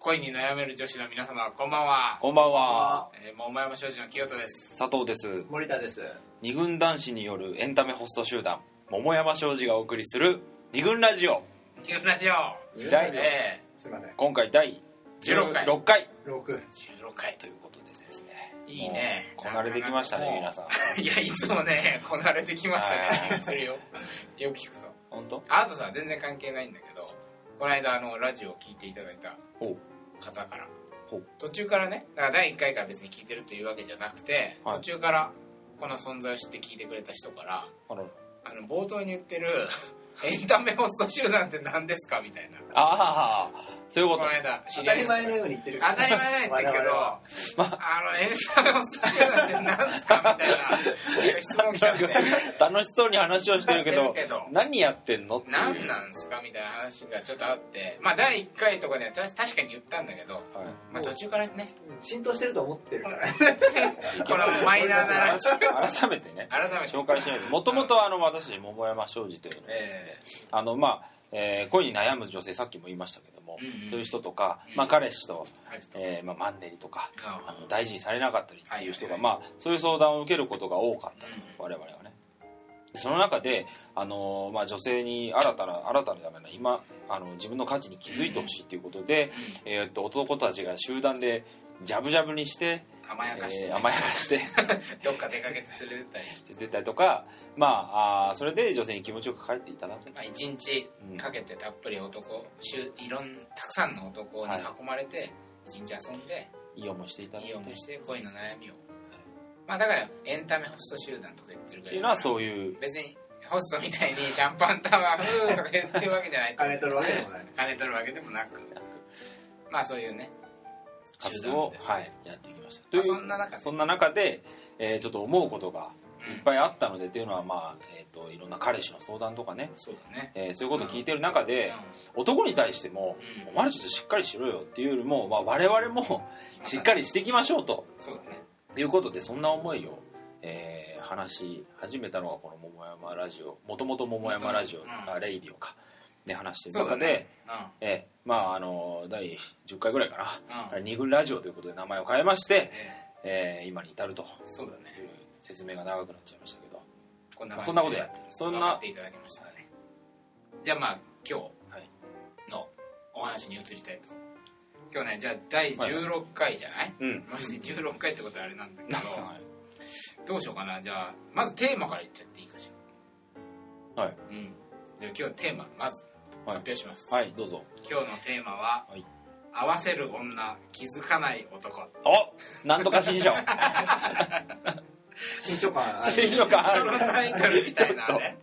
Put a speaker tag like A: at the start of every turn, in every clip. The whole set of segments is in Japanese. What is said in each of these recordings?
A: 恋に悩める女子の皆様こんばんは、
B: こんばんは。
A: えー、桃山商事の清人です
B: 佐藤です。
C: 森田です。
B: 二軍男子によるエンタメホスト集団、桃山商事がお送りする二軍ラジオ。
A: ニューラジオ
B: 二大
A: え
C: すみません。
B: 今回第
A: 16回
B: 六回
C: 六。
A: ー、16回
B: ということでですね。
A: いいね
B: もうこなれてきましたね、
A: な
B: 皆
A: か
B: さん。
A: なかいやいつもねこなれてきましたね
B: はい
A: 言ってるよよく聞くと
B: 本当
A: あとさ全然関係ないんだけどこの間あのラジオを聞いていただいた
B: おう
A: 方から
B: ほう
A: 途中からねだから第1回から別に聞いてるというわけじゃなくて、
B: はい
A: 途中からこの存在を知って聞いてくれた人から
B: あの
A: あの冒頭に言ってる エンタメホスト集団って何ですかみたいな
B: ああ、そういうこ
A: ことの。間知
C: 当
A: り合
C: た
A: いです
C: り前のように言ってる。
A: 当たり前ないんだけど、
C: 我
A: あのエンタメホスト集団って何ですかみたいな質問来ちゃって
B: 楽しそうに話をしてるけど
A: してるけど、
B: 何やってんのっていう
A: 何なんですかみたいな話がちょっとあってまあ第1回とかではた確かに言ったんだけど、
B: はい
A: まあ、途中からね
C: 々浸透してると思ってるから。
A: このマイナーなラジ
B: 改めてね
A: オ、改めて
B: 紹介しないと。もともとあの、私、桃山商事というのはですね、
A: え
B: あのまあえー恋に悩む女性さっきも言いましたけども、
A: うんうん
B: そういう人とか、
A: うん
B: まあ、彼氏と、
A: ーありがとう
B: えーまあ、マンネリとかあ
A: あ
B: の大事にされなかったりっていう人が、
A: はいはい
B: まあ、そういう相談を受けることが多かった
A: うん
B: 我々はねその中で、あのーまあ、女性に新たな新たなじゃないな今あの自分の価値に気づいてほしいっていうことで、えーっと男たちが集団でジャブジャブにして
A: 甘やかしてね、
B: えー甘やかして
A: どっか出かけて連れてったり
B: 出たりとか、まあ、あーそれで女性に気持ちよく帰っていただく
A: まあ、1日かけてたっぷり男しゅいろんたくさんの男に囲まれて一日遊んで
B: いい思いしていただく
A: いい思いして恋の悩みをまあだからエンタメホスト集団とか言ってるぐら
B: って
A: い
B: い
A: だから
B: うのはそういう
A: 別にホストみ たいにシャンパンタワーふーとか言ってるわけじゃないと
C: 金取るわけでもない。
A: 金取るわけでもなくまあそういうね
B: 活動を、
A: 集団ですね
B: はい、やっていきましたと
A: まあ
B: いう
A: そんな中で
B: そんな中で、えーちょっと思うことがいっぱいあったのでっていうのは、まあえー、といろんな彼氏の相談とかね、
A: そうだね
B: えーそういうことを聞いてる中で、男に対しても
A: うん
B: 「お前らちょっとしっかりしろよ」っていうよりも、まあ、我々も しっかりしていきましょうと
A: そうだね
B: いうことでそんな思いを、えー話し始めたのがこの桃山ラジオもともと桃山ラジオ、
A: うん
B: あレイディオか、ね、話してる
A: そうだ
B: 中で、
A: ね
B: えーまああの第10回ぐらいか
A: うんうん
B: な、二軍ラジオということで名前を変えまして、
A: え
B: えー今に至ると
A: ーそうだね
B: いう説明が長くなっちゃいましたけど、
A: こんな
B: まあ
A: 感じ
B: そ
A: で
B: んなことやってるそん
A: 分
B: な、
A: かっ
B: は
A: ていただきましたねじゃあまあ今日のお話に移りたいと今日ねじゃあ第16回じゃない、
B: い、うん、
A: まして16回ってことはあれなんだけど
B: は
A: どうしようかなじゃあまずテーマからいっちゃっていいかし
B: い、はい、
A: らうんじゃあ今日テーマまず発表します、
B: はい、どうぞ。
A: 今日のテーマは、
B: はい
A: 合わせる女気づかない男
B: お、なんとか 新書、
C: 緊張 感ある。
B: 新書か
A: そのタイトルみたいなね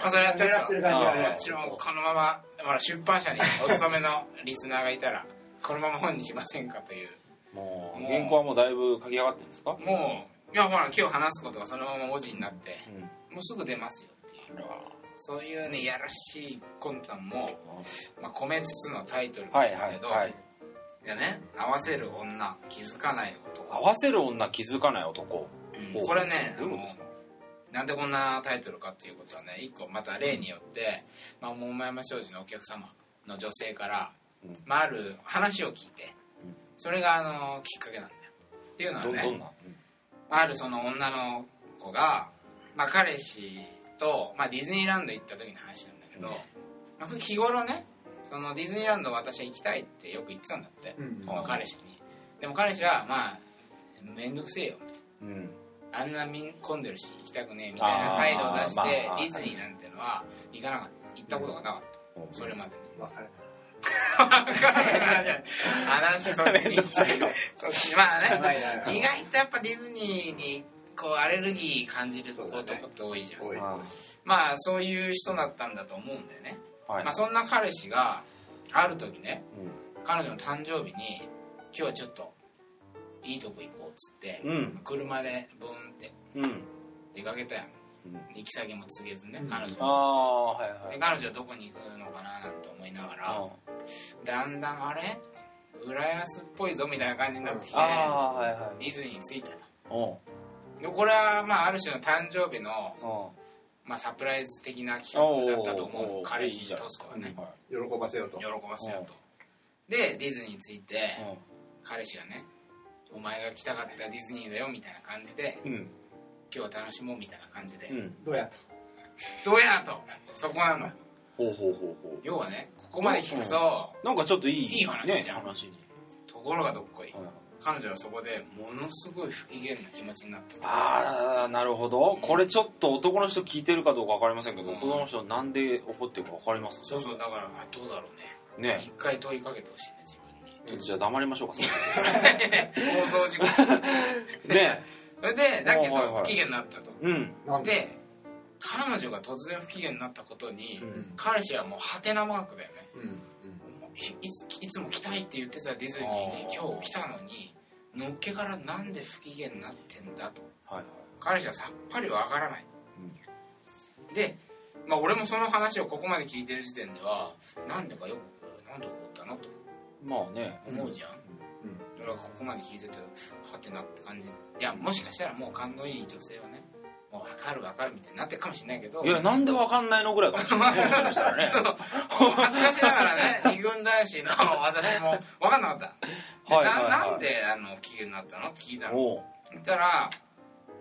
A: まあそれはちょっ
C: 狙って
A: と
C: る感じが
B: あ
A: も
C: ね。
A: ちろんこのままほら出版社にお勤めのリスナーがいたらこのまま本にしませんかという
B: もう
A: もう
B: 原稿はもうだいぶ書き上がってるんですか？
A: もういやほら今日話すことがそのまま文字になって
B: うん、
A: もうすぐ出ますよっていう
B: これは、
A: そういうねやらしい魂胆も、まあ、込めつつのタイトル
B: は
A: ないん
B: は
A: だけ
B: い
A: ど、
B: はい。
A: いやね合わせる女気づかない男
B: 合わせる女気づかない男。
A: うんこれねあ
B: どういうこと
A: の
B: ですか？
A: なんでこんなタイトルかっていうことはね一個また例によって、まあ、桃山商事のお客様の女性から、
B: うん
A: まあ、ある話を聞いて
B: うん
A: それがあのきっかけなんだよっていうのは
B: ど
A: ね
B: どんな？
A: あるその女の子が、まあ、彼氏と、まあ、ディズニーランド行った時の話なんだけど、
B: うん
A: まあ、日頃ねそのディズニーランド私は行きたいってよく言ってたんだって、
C: うん
A: その彼氏にでも彼氏はまあ面倒くせえよ
B: うん、うん
A: あんなみん混んでるし行きたくねえみたいな態度を出して、
B: あーまあ
A: ディズニーなんてのは行かなかった行ったことがなかった、それまでに
C: わかる。
A: 話そっちに行ってそっちまあね
C: ないな
A: 意外とやっぱディズニーにこうアレルギー感じる
C: そう
A: 男
C: だね
A: って多いじゃん、
C: おい。
B: あ
A: まあそういう人だったんだと思うんだよね、
B: ーはい
A: まあ、。そんな彼氏がある時ね
B: う
A: 彼女の誕生日に今日はちょっといいとこ行こうっつって、
B: うん
A: 車でブーンって
B: んうん。
A: 出かけたやん
B: うん
A: 行き先も告げずね
C: うん
A: 彼女に
B: ああはいは
A: で
B: い。
A: 彼女はどこに行くのかななんて思いながら、だんだんあれ浦安っぽいぞみたいな感じになってきて、
B: ああーはいは
A: ディズニーに着いたと
B: い。おう
A: でこれはまあある種の誕生日の、
B: お
A: まあ、サプライズ的な企画だったと
B: おうおう
A: 思
B: お
A: う
B: う
A: 彼氏にとっては
B: う
A: ね
B: はい。
C: 喜ばせようと
A: 喜。ばせようとでディズニーについて、
B: うん
A: 彼氏がねお前が来たかったディズニーだよみたいな感じで
B: うん
A: 今日は楽しもうみたいな感じで、
B: うん
C: どうやと
A: どうやとそこなの
B: ほうほうほうほ
A: 要はねここまで聞くと、
B: うなんかちょっといい
A: いい話じゃん
B: ね話に、
A: ところがどっこい、
B: うん
A: 彼女はそこでものすごい不機嫌な気持ちになってた
B: ああなるほどこれちょっと男の人聞いてるかどうか分かりませんけど、
A: うん
B: 男の人なんで怒ってるか分かりますか
A: そうそうだからあどうだろうね
B: ね
A: 一回問いかけてほしいね自分に
B: ちょっとじゃあ黙りましょうかそれ
A: 放送事 故そ
B: ね
A: れでだけ
B: はいはいは
A: ど不
B: い
A: 機嫌になったと
B: うん
C: なんで
A: で彼女が突然不機嫌になったことに、
B: うん
A: 彼氏はもうハテナマークだよね
C: うんうん
A: もういいついつも来たいって言ってたディズニーに
B: あー
A: 今日来たのにのっけからなんで不機嫌になってんだと
B: はいはい
A: 彼氏はさっぱりわからない、で、まあ、俺もその話をここまで聞いてる時点ではなんでかよくなんで怒ったのと
B: まあね
A: 思うじゃん、
C: うん
A: 俺はここまで聞いててはてなって感じいやもしかしたらもう勘のいい女性はねもう分かる分かるみたいになってるかもしれないけど
B: いやなんで分かんないのぐらいかもしれないね もしかしたらね
A: 恥ずかしながらね二軍男子の私も分かんなかったで
B: はいはいはい
A: ななんであの不機嫌になったのって聞いたの
B: おう
A: 言ったら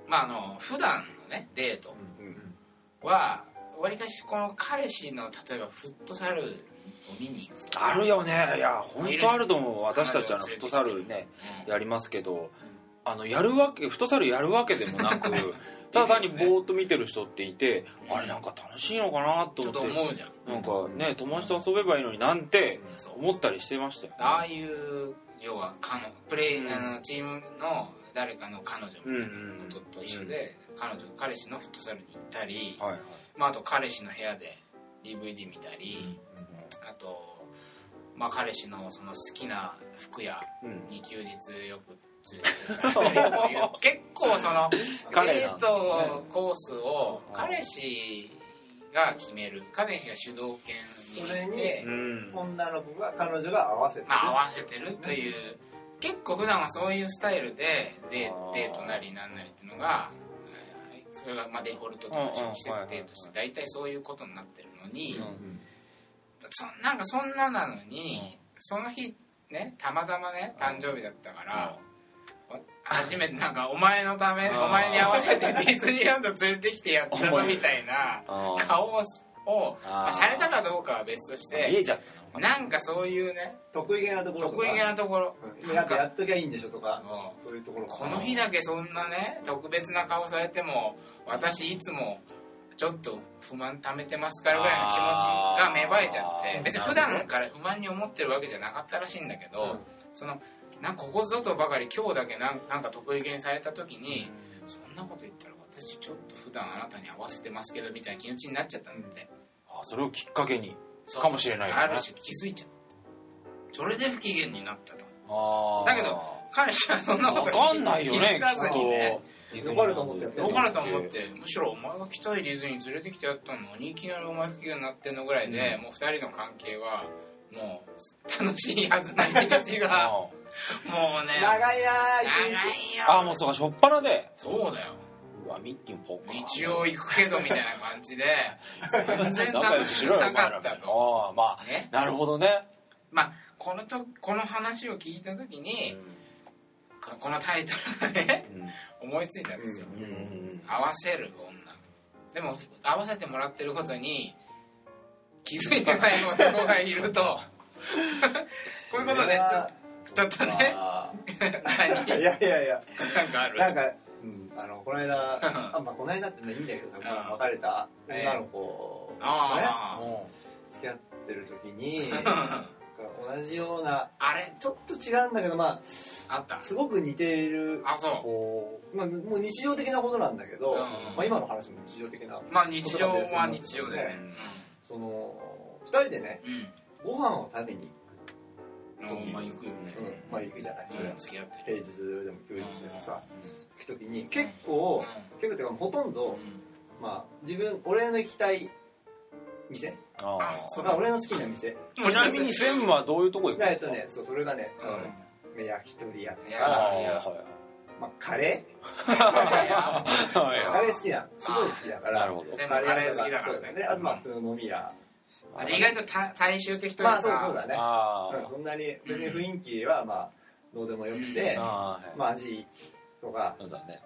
A: まああの普段のねデート
C: うんうん
A: はわりかしこの彼氏の例えばフットサルを見に行くとか
B: あるよねいや本当あると思う私たちあのフットサルね
A: うん
B: やりますけどあのやるわけフットサルやるわけでも なくただ単にぼーっと見てる人っていてあれなんか楽しいのかなと
A: ちょ
B: 思
A: っ
B: っ
A: と
B: て
A: 思うじゃん
B: なんかね友達と遊べばいいのになんて
A: そう
B: 思ったりしてましたよ
A: ああいう要は彼女プレイ、
B: うん
A: あのチームの誰かの彼女みたいなことと一緒で、彼女彼氏のフットサルに行ったり、
B: はいはい
A: まあ、あと彼氏の部屋で DVD 見たり、あと、まあ、彼氏のその好きな服屋
B: うん
A: に休日よく連れて行ったりとかいう 結構その
B: 彼
A: デ
B: らの
A: ートコースを
B: うん
A: 彼氏が決める彼氏が主導権
C: それ
A: に
C: に
A: いて。
B: うん
C: 女の子が彼女が合わせて
A: まあ、合わせてるという結構普段はそういうスタイルでデ
B: あー
A: デートなりなんなりっていうのがえーそれがまあデフォルトとか
B: うんうん
A: 設定として大体そういうことになってるのに、
B: うん
C: うん
A: そなんかそんななのに、その日ねたまたまね誕生日だったから、初めてなんかお前のため
B: あー
A: お前に合わせてディズニーランド連れてきてやったぞみたいな
B: あー
A: 顔ををまあ
B: あー
A: されたかどうかは別とし
B: 見
A: て
B: えちゃったのかな
A: なんかそういうね
C: 得意げなところとか
A: 得意げなところ
C: うんやっぱやっときゃいいんでしょとか
A: もう
C: そういうところ
A: この日だけそんなね特別な顔されても私いつもちょっと不満溜めてますからぐらいの気持ちが芽生えちゃって
B: あー
A: 別に普段から不満に思ってるわけじゃなかったらしいんだけど、
C: うん
A: そのなんかここぞとばかり今日だけなんなんか得意げにされた時に、そんなこと言ったら私ちょっと普段あなたに合わせてますけどみたいな気持ちになっちゃったんで、
B: あそれをきっかけに
A: そうそう
B: かもしれないよね
A: ある種気づいちゃったそれで不機嫌になったと
B: あー
A: だけど彼氏はそんなこと
B: わかんないよね
A: 気づかずにね
B: きっ
C: よかれと思ってやってる
A: よかれと思ってむしろお前が来たいディズニー連れてきてやったのにいきなりお前不機嫌になってんのぐらいで、もう2人の関係はもう楽しいはずな気持ちがも
B: あ
A: うね
C: 長いなあ一
A: 長い
C: 日
A: よ
B: あーもうそうかしょっぱなで
A: そうだよ
B: うわミッキーもポッカー
A: 日曜行くけどみたいな感 じで全然楽しくなかったと
B: ああまあ
A: ね
B: なるほどね
A: まあこのとこの話を聞いた時に、ここのタイトルがね
B: うん
A: 思いついたんですよ、
B: うんうんうん
A: 合わせる女でも合わせてもらってることに気づいてない男がいると こういうことでちょっとちょっとね
C: あ
A: 何
C: ーいやいやいや
A: なんかある
C: なんか、うん、あのこ の間
A: ん
C: あまあこの間っていいんだけどさ
A: ん
C: まあ別れた女の子とね
A: あー
B: も
C: 付き合ってる時になんか同じような
A: あれ
C: ちょっと違うんだけどま
A: あった
C: あすごく似ている、
A: あ
B: う
A: そ
B: こ
C: まあ、もう日常的なことなんだけど、
A: うん
C: まあ、今の話も日常的な
A: うまあ日常は日常でね
C: その2人でね
A: うん
C: ご飯を食べに
A: うんうんまあ行くよね
C: 行く、うんまあ行くじゃない、それは
A: うん付き合ってる
C: 平日でも休日でもさ
A: う
C: 行く時に結構
A: ん
C: 結構っていうかほとんど
A: う、ん
C: まあ、自分俺の行きたい店
B: うあ
A: あ
B: あ
A: そ
C: と
A: う
C: か俺の好き な店
B: ちなみに専務はどういうとこ行くん
C: だえ
B: で
C: っ
B: す
C: と
B: か
C: ねそうそれがね、
A: うん
C: 焼き鳥屋と
A: 焼き
B: あ
A: 鳥
C: か、
B: あ
A: や
B: は
C: まあ、カレー
B: いはい
A: や
B: は
C: カレー好きなのすごい好きだか
B: い
C: ら
B: なるほど
A: 全部カレー好きだからね
C: そうねあとまあ普通の飲み屋
A: あじゃあ意外とた大衆的というか、
C: まあそうそうだね
B: あ
C: うんそんなに別に雰囲気はまあどうでもよくて
B: ー、あー、はい
C: まあ味とか
B: そうだね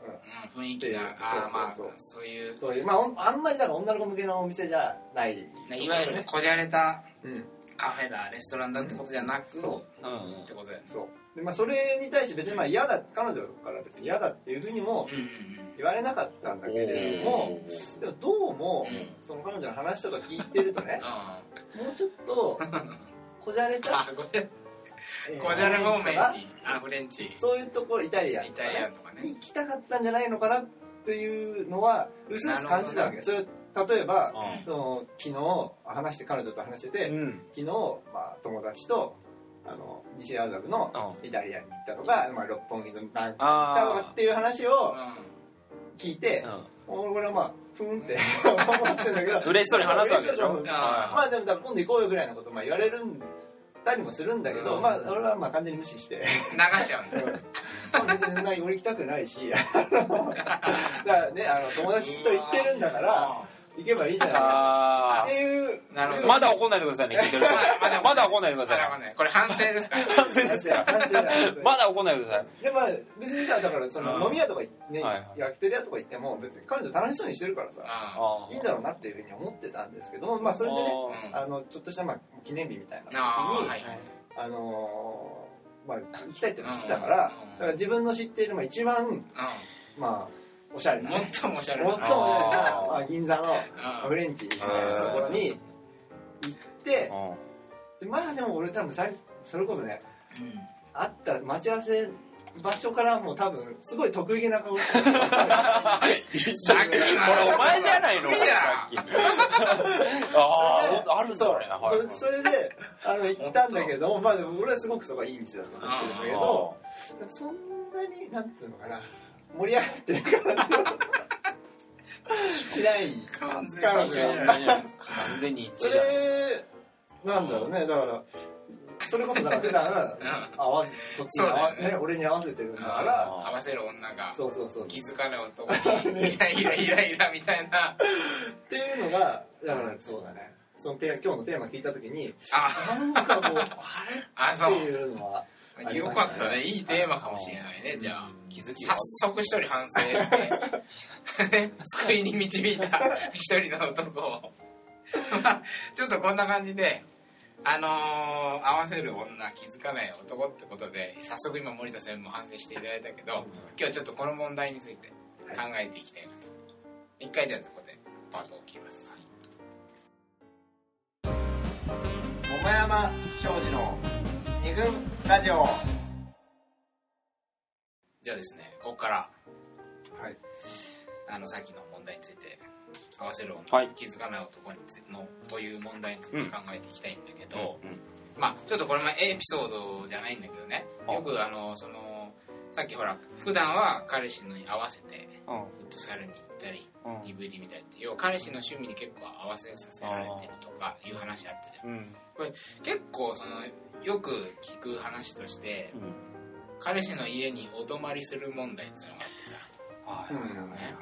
A: うん、雰囲気が
C: そう
A: ああまあ
C: そうそう
A: そういう
C: そういうまあおあんまりだから女の子向けのお店じゃない、
A: ねいわゆるねこじゃれた
C: うん
A: カフェだレストランだってことじゃなく、
C: うんそ
B: うんうん
A: ってことだよね
C: そうでまあそれに対して別にまあ嫌だ彼女から別に嫌だっていうふうにも
A: うんうん
C: 言われなかったんだけれどもでもどうも
A: うん
C: その彼女の話とか聞いてると ね
A: あ
C: もうちょっとこじゃ れた
A: あこじゃ
C: えー
A: こじゃれ方面
C: とか
A: にあフレンチイ
C: そういうところイタリアンとか
A: タリアン
C: ね
A: とか
C: に
A: ね
C: 行きたかったんじゃないのかなっていうのはうすうす感じたわけそれを例えばその昨日話して彼女と話してて、
B: うんうん
C: 昨日、まあ、友達とあの西麻布のイタリアンに行ったとか、まあ、六本木のなんか行ったとか
B: あ
C: っていう話
A: う
C: を
A: ん
C: 聞いて、
B: あ
C: 俺はまあふーんって 思ってんだけど
B: 嬉しそうに話すわけでし
C: そう
B: ょ
C: そうそう
A: あ
C: まあでも多分今度行こうよぐらいのことまあ言われるんたりもするんだけど、
A: うん
C: まあ俺はまあ完全に無視して。
A: 流しちゃうんだ
C: う
A: よ
C: んまあ別にそんなに俺行きたくないし あのだからねあの友達と行ってるんだから行けばいいじゃないか
B: あ
C: っていう
A: なるほ
B: ー
A: ど
B: まだ怒んないでくださいね聞いてる人
A: まだ
B: まだ怒んないでくだ
A: そ
B: さ
A: れはいねこれ反省です から
B: 完全ですか
C: 反省だ反省
B: まだ怒んないでください
C: でまあ別にさだからそ
A: うん
C: の飲み屋とかね、
B: はいはい
C: 焼き鳥屋とか行っても別に彼女楽しそうにしてるからさ
A: あ
B: あー
C: いいんだろうなっていうふうに思ってたんですけどもまあそれでね
B: あー
A: うん
C: あのちょっとしたまあ記念日みたいな時に
A: あー
C: あ、
A: はいはい
C: のーまあ行きたいってのはしてたから
A: うん
C: だから自分の知っているまあ一番まあおしゃれ
A: うん
C: な
A: もっと面白い
C: もっとおしゃれな
B: あー
C: まあ銀座の
A: うん
C: フレンチみたいなところに行って
B: うん
C: でまあでも俺多分最それこそね
A: うん
C: 会った待ち合わせ場所からもう多分すごい得意げな顔して
A: さっきの
B: これお前じゃないの
A: い
B: さ
A: や
B: っきああある
C: そ
B: ぞ
C: う
B: ねはい
C: そそれであ の行ったんだけどまあでも俺はすごくそこはいい店だと思ってるんだけどそんなになんつうのかな盛り上がってる感じはしない
A: 完全
C: 彼
A: に
C: 女
A: 一緒じゃ
C: が
A: ない
B: 完全に一
C: そ
B: 致じゃないです
C: れなんだろうねだからそれこそだから普段合わせそっちに合わ
A: そうだよね
C: ね俺に合わせてるんだか
A: 合わせる女が
C: らそうそうそう
A: 気づかない男にイライライライラみたいな
C: っていうのがだからそうだねそのテー今日のテーマ聞いた時に
A: あ
C: なんかこうあ
A: あ
C: れ
A: そ
C: っていうのは
A: うよかったねいいテーマかもしれないねじゃあ
B: 気づき
A: 早速一人反省して 救いに導いた一人の男を、 まあ、ちょっとこんな感じであのー合わせる女気づかない男ってことで早速今森田さんも反省していただいたけど今日はちょっとこの問題について考えていきたいなと一回じゃあそこでパートを切ります
C: 桃山庄司の二軍ラジオは
A: じゃあですねここから
C: い
A: あのさっきの問題について合わせる女、
B: はい
A: 気づかない男についてのという問題について考えていきたいんだけど、
B: うん
A: まあ、ちょっとこれもエピソードじゃないんだけどね
B: あ
A: よくあのそのさっきほら普段は彼氏のに合わせて
B: うん
A: フットサルに行ったり
B: うん
A: DVD 見たりって要は彼氏の趣味に結構合わせさせられてるとかいう話あったじゃん
B: うん
A: 結構そのよく聞く話として
B: うん
A: 彼氏の家にお泊まりする問題っていうのがあってさ
B: はい
C: うん
A: ね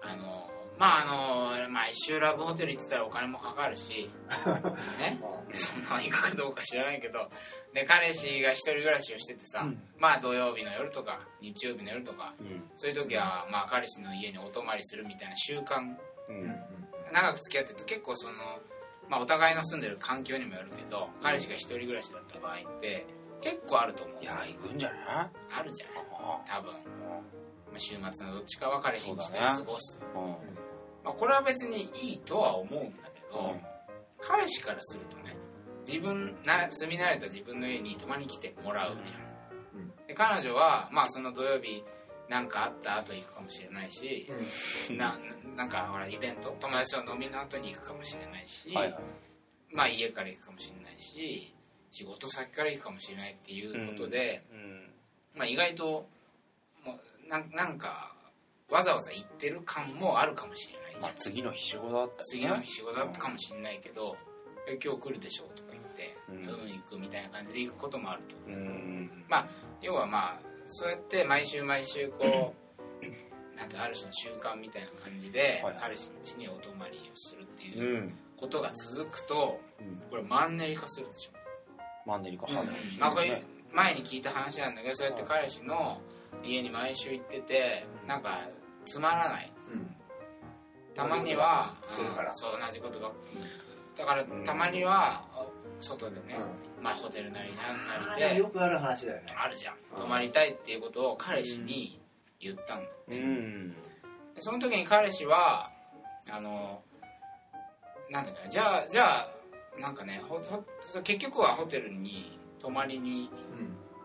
A: あのまああの毎週ラブホテル行ってたらお金もかかる しねそんな行くかどうか知らないけどで彼氏が一人暮らしをしててさ、
B: うん
A: まあ土曜日の夜とか日曜日の夜とか
B: うん
A: そういう時はまあ彼氏の家にお泊まりするみたいな習慣
B: うん
A: 長く付き合ってると結構その、まあ、お互いの住んでる環境にもよるけど彼氏が一人暮らしだった場合って結構あると思う
B: いや行くんじゃない
A: あるじゃない
B: あ
A: 多分、ま
B: あ
A: あ、週末のどっちかは彼氏にして
B: そうだね
A: 過ごす、
B: うん
A: まあ、これは別にいいとは思うんだけど、
B: うん
A: 彼氏からするとね自分な住み慣れた自分の家にたまに来てもらうじゃん、
C: うん
A: で彼女はまあその土曜日なんかあった後行くかもしれない し、なななんかほらイベント友達と飲みの後に行くかもしれないし、
B: はいはい
A: まあ家から行くかもしれないし仕事先から行くかもしれないっていうことで、
B: うん
A: まあ意外ともうなんなんかわざわざ行ってる感もあるかもしれないじ
B: ま
A: ゃ
B: あ
A: ん
B: 次の日仕事だったり
A: 次
B: ね
A: の日仕事だったかもしれないけど「え今日来るでしょ」とか言って「
B: う
A: うんん、行く」みたいな感じで行くこともあると思う、
B: うん
A: まあ要はまあそうやって毎週毎週こ うなんてある種の習慣みたいな感じで
B: はい
A: 彼氏の家にお泊まりをするって
B: う
A: いうんことが続くと
B: うん
A: これマンネリ化するでしょ、
B: マンネリか、
C: うん
B: はい
A: まあ、これ前に聞いた話なんだけどそうやって彼氏の家に毎週行っててなんかつまらない
C: うん
A: たまには
C: そうだから
A: うんそう同じことばっかだからたまには外でね、まあホテルなりなんな
C: あ
A: り
C: れ
A: で
C: よくある話だよね
A: あるじゃん泊まりたいっていうことを彼氏に言ったんだって、
B: うん
A: でその時に彼氏はあのなんだっけなじゃあじゃあなんかねほほ結局はホテルに泊まりに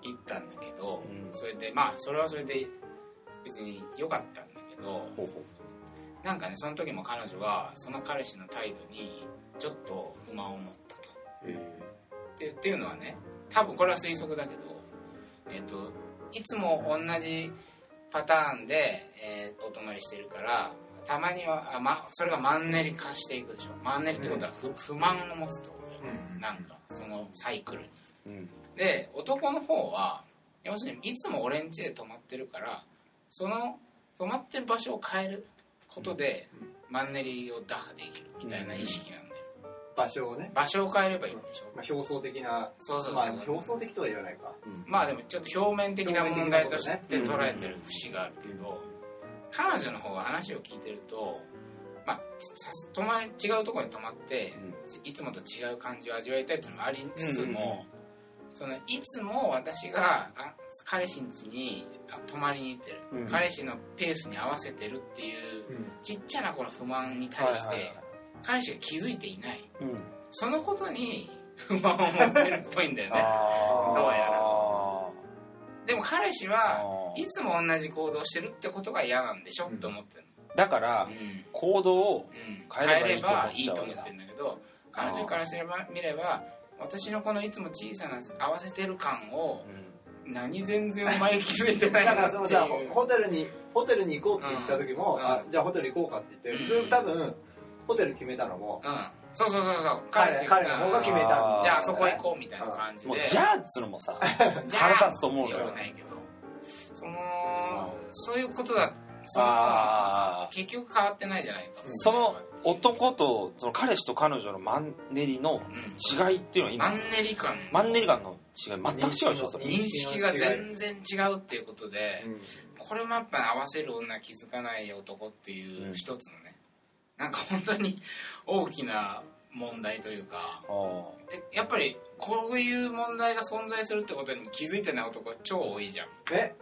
C: う
A: 行ったんだけど、
B: うん
A: それでまあそれはそれで別に良かったんだけど
B: ほうほ
A: なんかねその時も彼女はその彼氏の態度にちょっと不満を持ったと。
B: うへ
A: ってっていうのはね多分これは推測だけど、えっといつも同じパターンで、えーお泊まりしてるからたまにはあ、ま、それがマンネリ化していくでしょマンネリってことは不,、不満を持つってことだよね、
C: うん
A: なんかそのサイクルに
B: うん
A: で男の方は要するにいつも俺ん家で泊まってるからその泊まってる場所を変えることで、
C: うん
A: マンネリを打破できるみたいな意識なんだよ、
C: 場所をね、
A: 場所を変えればいいんでしょ
C: まあ、表層的な
A: そうそうそう、
C: まあ表層的とは言わないか、
A: まあでもちょっと表面的な問題として捉えてる節があるけど彼女の方が話を聞いてると、まあ、さ泊まり違うところに泊まって
B: うん
A: いつもと違う感じを味わいたいというのもありつつも、そのいつも私があ彼氏ん家にあ泊まりに行ってる、
B: うん
A: 彼氏のペースに合わせてるっていうちっちゃなこの不満に対して、
B: はいはいはい
A: 彼氏が気づいていない
B: うん
A: そのことに 不満を持ってるっぽいんだよね。
B: あー
A: どうやらでも彼氏は
B: あー
A: いつも同じ行動してるってことが嫌なんでしょ、って思ってる
B: だから
A: の、うん
B: 行動を
A: 変
B: 変
A: え
B: え
A: れ
B: れ
A: ば
B: ば
A: い
B: い
A: い
B: い
A: と
B: と
A: 思
B: 思
A: っ
B: ってて
A: るんだけど彼女からすれば見れば私のこのいつも小さな合わせてる感を何全然お前気づいてな
C: だ
A: い
C: か
A: な
C: ら
A: っ
C: そ
A: て
C: のさ
A: いう
C: ホテルにホテルに行こうって言った時も、
A: うん
C: あじゃあホテル行こうかって言って、
A: うん
C: それ多分ホテル決めたのも
A: うんそうそうそうそう
C: 彼
A: が
C: 彼の方が決めた
B: あー
A: じゃああそこ行こうみたいな感じ
B: も
A: で
B: うじゃあっつのもさ
A: じゃあ
B: 腹立つと思うの
A: よ
B: よ
A: くないけどそのそういうことだその
B: ああ
A: 結局変わってないじゃないか
B: その男とその彼氏と彼女のマンネリの
A: うん
B: 違いっていうのは
A: マ
B: 今
A: ンネリ感
B: マンネリ感の違い全く違うでしょそれ
C: 認
A: 認識が全然違うっていうことで、
C: うん
A: これもやっぱ合わせる女気づかない男っていう一つのね、なんか本当に大きな問題というか
B: あ
A: でやっぱりこういう問題が存在するってことに気づいてない男超多いじゃん
C: え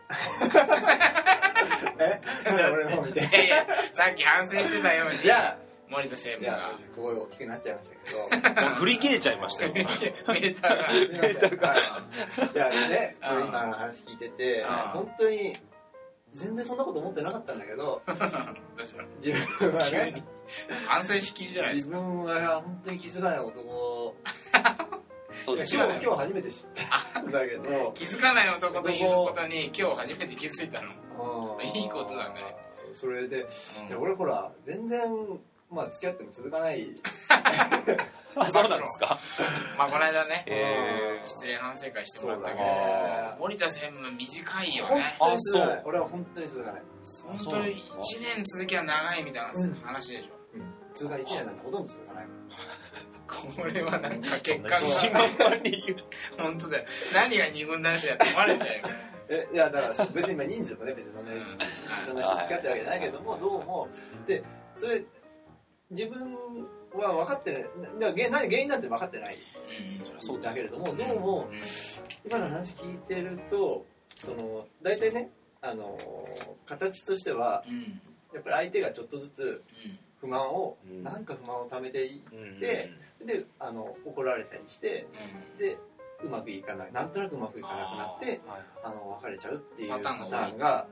C: えなんで俺の方 見て
A: いやいやさっき反省してたように
C: いや
A: 森田専
C: い
A: 務
C: や
A: が
C: こう大きくなっちゃいましたけど
B: ーもう 振り切れちゃいましたよ
A: メーターが
C: すみませんはいいやね
A: うん
C: 今の話聞いてて
A: うん
C: 本当に全然そんなこと思ってなかったんだけど
A: どうしたの
C: 自分は
A: 急
C: ね
A: に反省しきりじゃないです
C: 自
A: か
C: 分は本当に気づかない男
B: そうです
A: い
B: よ
A: や
C: 今
A: 違う
C: 日今日初めて知ったんだけど
A: 気づかない男ということに今日初めて気づいたの、
C: うん
A: いいことだね
C: それで
A: うん
C: いや俺ほら全然まあ付き合っても続かない
B: あそうなんですか
A: まあこの間ね、
B: えー
A: 失礼反省会してもらったけど、
B: そうだ
C: ね
A: 森田専務短いよ
C: 本
A: ね
C: 当に続かない
B: あそう
C: 俺は本当に続かない
A: 本当に1年続きは長いみたいな
C: うん
A: 話でしょ、
C: 続かない1年なんてほとんど続かない
A: これはなんか結果
B: 自信
A: が
B: 満々に言う
A: 本当だよ何が二軍男子だって思われちゃうよ、
C: えいやだから別に今人数もね別にそんな
A: う
C: に
A: ん
C: いろんな人使ってるわけじゃないけどもどうもでそれ自分は分かってないな原何原因なんて分かってない
B: そうだ
C: だけれども
A: うん
C: どうも
A: うん
C: 今の話聞いてるとその大体ねあの形としては
A: うんうん
C: やっぱり相手がちょっとずつ不満を
B: うん
C: なんか不満を溜めてい
B: うん
C: でであの怒られたりして
A: うん
C: でうまくいかないなんとなくうまくいかなくなって
B: はい
C: あの別れちゃうっていう
A: パ
C: パ
A: タ
C: タ
A: ーンが多い
C: ーンが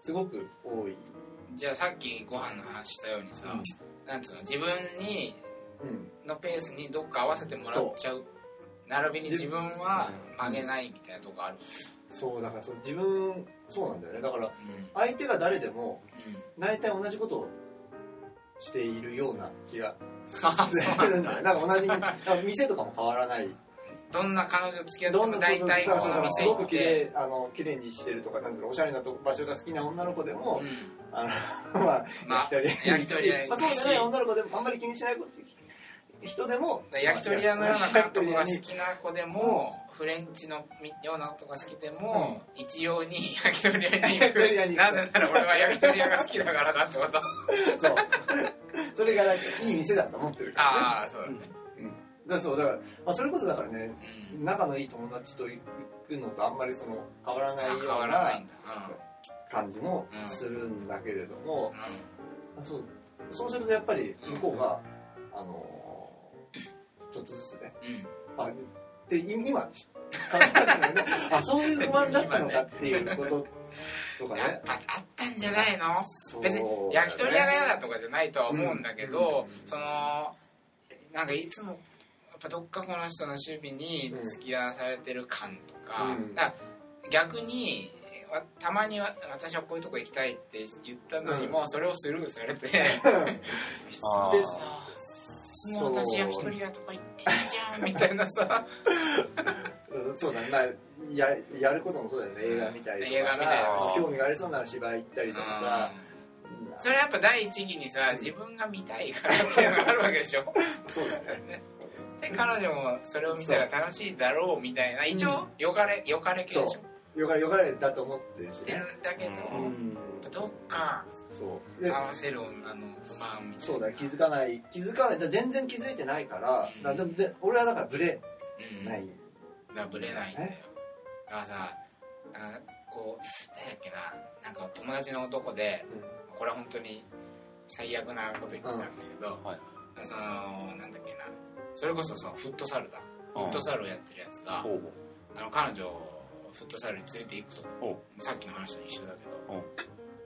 C: すごく多い。
A: じゃあさっきご飯の話したようにさ、なんつうの自分に
C: うん
A: のペースにどっか合わせてもらっちゃう並びに自分は曲げないみたいなとこある、
C: そうだからそう自分そうなんだよねだから
A: うんうん
C: 相手が誰でも大体同じことをしているような気がするん だよねなんか同じなんか店とかも変わらない
A: どんな彼女付き合って
C: どん
A: も
C: な
A: 大体
C: そう
A: こ
C: そう
A: の
C: だから
A: 店
C: す
A: 行
C: ご
A: っ
C: く綺
A: て、
C: 麗あの綺麗にしてるとかなんていうのおしゃれなとこ場所が好きな女の子でも
A: う、ん、
C: あのまあ
A: まあ
C: 焼き鳥
A: 焼き鳥屋
C: まあそうじゃない女の子でもあんまり気にしないこと人でも
A: 焼き鳥屋のような監督が好きな子でも、フレンチのようなとが好きでも、一様に 焼き鳥屋に行くなぜなら俺は焼き鳥屋が好きだからだ ってこと
C: そうそれがなんかいい店だと思ってるから、ね、
A: ああそうだね、
C: うんうん、だからそうだから、まあ、それこそだからね、
A: うん
C: 仲のいい友達と行くのとあんまりその変わらないよ
A: 変わ
C: う
A: らない
C: なん
A: だうん
C: 感じも
A: うん
C: するんだけれども、
A: う
C: あそうそうするとやっぱり向こうが、あのーちょっとずつね
A: んうん
C: あでい 今感じたんだよねあそういう不満だったのかっていうこととか
A: や
C: ね
A: っぱあったんじゃないの別に焼き鳥屋が嫌だとかじゃないとは思うんだけど、
C: うん
A: そのなんかいつもやっぱどっかこの人の趣味に付き合わされてる感とか,、
C: うん
A: だから逆にわたまにわ私はこういうとこ行きたいって言ったのにも、それをスルーされ て質問でさ「もう私焼き鳥屋とか行ってんじゃん」みたいなさ
C: うんそうだね、まあ、ややることもそうだよね映画見たりとかさ
A: 映画見たり
B: とか
C: 興味がありそうなら芝居行ったりとかさ、うん
A: それやっぱ第一義にさ自分が見たいからっていうのがあるわけでしょ
C: そうだよね
A: で彼女もそれを見たら楽しいだろうみたいな一応よかれよかれ系でしょ
C: よかれよかれだと思ってるし
A: って
C: ね
A: るんだけど、
B: う
A: やっぱどっか
C: そう
A: 合
C: で
A: わせる女の不満みたいな
C: そうだよ気づかない気づかないだから全然気づいてないからだでもで俺はだからブレ
A: うん
C: ない、
A: だからブレないんだよだからさなんかこう誰だっけななんか友達の男でこれは本当に最悪なこと言ってたんだけど、
B: はい
A: そのなんだっけなそれこそさフットサルだフ
B: うん
A: ットサルをやってるやつが、
B: ほうほ
A: あの彼女をフットサルに連れて行くと
B: おう
A: さっきの話と一緒だけど、
B: うん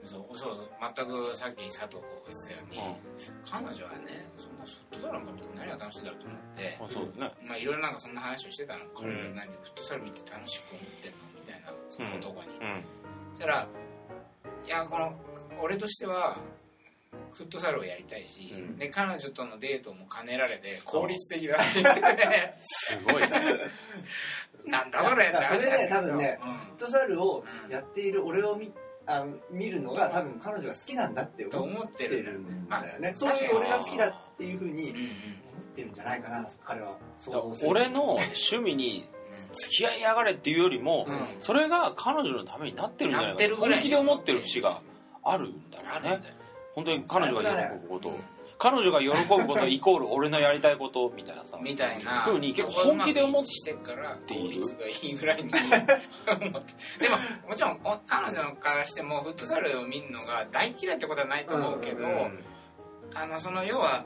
A: そうそう全くさっき佐藤君が言ってたように、彼
B: う
A: 女はねそんなフットサルなんか見て何が楽しいんだろうと思って
B: ま、あ そうだね
A: まあいろいろなんかそんな話をしてたの彼女は何フットサル見て楽しく思ってんのみたいなその男に、
B: うん
A: そしたらいやこの俺としてはフットサルをやりたいし、
B: うん
A: で彼女とのデートも兼ねられて効率的だって言ってて
B: すごいね
A: なんだそれって話なんだけど
C: それね多分ね
A: うん
C: フットサルをやっている俺を見あの見るのが多分彼女が好きなんだって
A: と
C: 思
A: 思っ
C: っ
A: て
C: て
A: るんだ
C: る
A: よね
C: ん
A: まあ
C: だよね
A: 確
C: そう
A: かに
C: いう俺が好きだっていうふう
A: うん
C: に
A: うん
C: 思ってるんじゃないかな彼は想
B: いや
C: 像する
B: 俺の趣味に付き合いやがれっていうよりも、
A: うん
B: それが彼女のためになってるんじゃない
A: なっ
B: か
A: てるぐらい
B: 本気で思ってる節があるんだ
A: あ
B: ろう
A: るん
B: ね
A: だよ
B: 本当に彼女が喜ぶこと
A: うん
B: 彼女が喜ぶことイコール俺のやりたいことみたいなさ
A: みたいな
B: ふうに結構本気で思
A: そこがうま
B: っ
A: く一致してっから
B: ていう
A: 効率がいいぐらいに思ってでももちろんお彼女からしてもフットサルを見るのが大嫌いってことはないと思うけど、
C: うんうん
A: あのその要は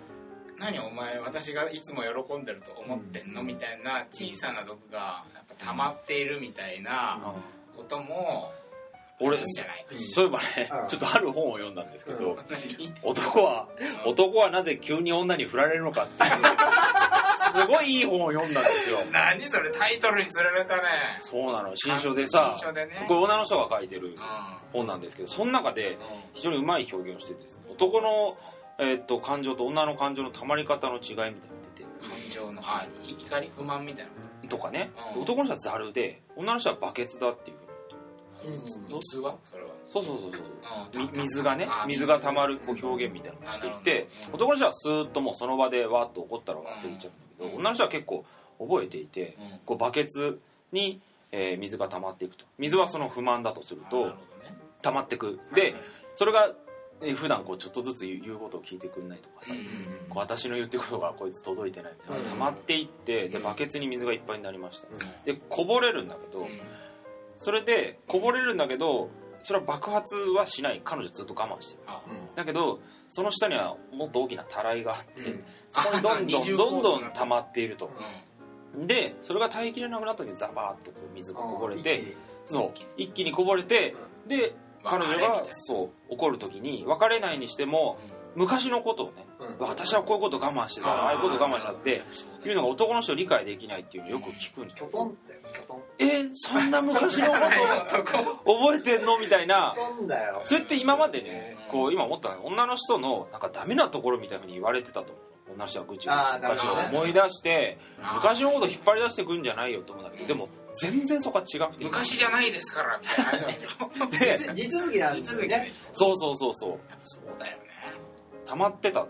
A: 何お前私がいつも喜んでると思ってんのみたいな小さな毒がやっぱ溜まっているみたいなことも
B: 俺
A: あるんじゃないかし
B: そういえばね
C: うん
B: ちょっとある本を読んだんですけど、
C: うん
B: 男は
A: うん
B: 男はなぜ急に女に振られるのかって いうすごいいい本を読んだんですよ
A: 何それタイトルに釣られたね
B: そうなの新書でさ
A: 新書でね
B: これ女の人が書いてる
A: う
B: 本なんですけどその中で、
A: んうん
B: 非常にうまい表現をしてて男の、えーっと感情と女の感情のたまり方の違いみたいなのが出て
A: 感情のあい怒り不満みたいなこと
B: とかね、
A: うん
B: 男の人はザルで女の人はバケツだっていう
C: うん
A: 器はそれは
B: そうそうそうそう
A: うん
B: み水がね
A: あ
B: 水がたまるこ
A: うん
B: う表現みたいなのをしてい
A: あなる
B: て
A: ほど
B: 男の人はスーッともうその場でわーっと怒ったら忘れちゃうんだけ
A: うん
B: ど女の人は結構覚えていて
A: うん
B: こうバケツに、えー水が溜まっていくと水はその不満だとする
A: あなる
B: と
A: ほどね
B: 溜まっていく
A: はい
B: で
A: はい
B: それが、えー普段こうちょっとずつ言う言うことを聞いてくんないとかさ、
A: うんうんうん
B: こう私の言ってることがこいつ届いてないみたいな
C: うん
B: 溜まっていってで
A: うん
B: バケツに水がいっぱいになりました
C: うん
B: でこぼれるんだけ
A: う
B: ど
A: ん
B: それでこぼれるんだけどそれは爆発はしない彼女ずっと我慢してる
A: あ
B: だけどその下にはもっと大きなたらいがあって、
C: うん
B: そこにどん
A: あ
B: ど
A: 二重
B: ん
A: 構
B: ど
A: 造
B: んどん溜まっていると
A: うん
B: でそれが耐えきれなくなった時にザバーっとこう水がこぼれ
C: うん
B: てそう一気にこぼれてで彼
A: 別れ
B: 女
A: みたい
B: が
A: な
B: そう怒る時に別れないにしても昔のことをね
C: うん
B: 私はこういうこと我慢してたああいうこと我慢しちゃっていうのが男の人理解できないっていうのよく聞くんです
C: キョ
B: よ
C: トンだよキョトン
B: えーそんな昔のこ
A: 男
B: と覚えてんのみたいな
C: キョトンだよ
B: それって今までねこう今思ったのが女の人のなんかダメなところみたいなふうに言われてたと思う女の人は愚痴を
C: あーなる
B: 昔
A: ほ
B: を
A: どね
B: 思い出して昔のこと引っ張り出してくんじゃないよと思うんだけ
A: うん
B: どでも全然そこは違くて
A: 昔じゃないですからみたいな話なんでしょ
B: で
C: 実地続きなん
A: 地
C: です
A: 続
C: よ
A: きで
C: ね
A: しょ
B: そうそうそうそう
A: やっぱそうだよね
B: 溜まってた
A: うん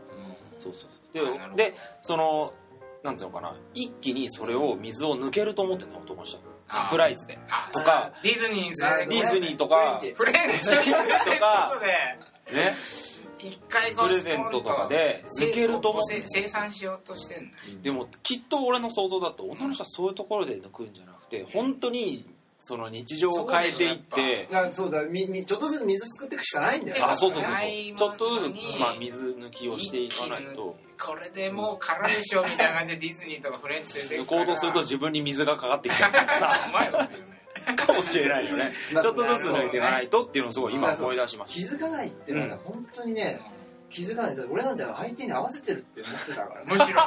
B: そうそうそう
A: あーなるほど
B: ででそのなんていうのかな一気にそれを水を抜けると思ってた男の人サプライズで
A: あ
B: とか
A: ディズニー
C: なる
A: さ
C: ほ
A: デ
C: ど
A: ィ
B: ディズニーとか
C: フレン
B: ね
A: フレンチということで一回こう
B: プレゼントとかで抜けると思って
A: せ生産しようとしてんだ
B: でもきっと俺の想像だと女の人はそういうところで抜くんじゃなくて本当にその日常を変えていって
C: なそうだみみちょっとずつ水作っていくしかないんだよ
B: あそうそうそう
A: な
B: そう
A: い
B: ちょっと
A: もの
B: ず
A: に
B: つ、まあ、水抜きをしていかないと
A: これでもう空でしょみたいな感じでディズニーとかフレンチ連れて
B: 抜
A: くから
B: こうとすると自分に水がかかってき ちゃうからさ
A: うまいこと言うね
B: かもしれないよねちょっとずつ抜いていかないとっていうのをすごい今思い出しまし
C: 気づかないっていうのは本当にね気づかないだって俺なんて相手に合わせてるって思ってたからね
A: むし ろ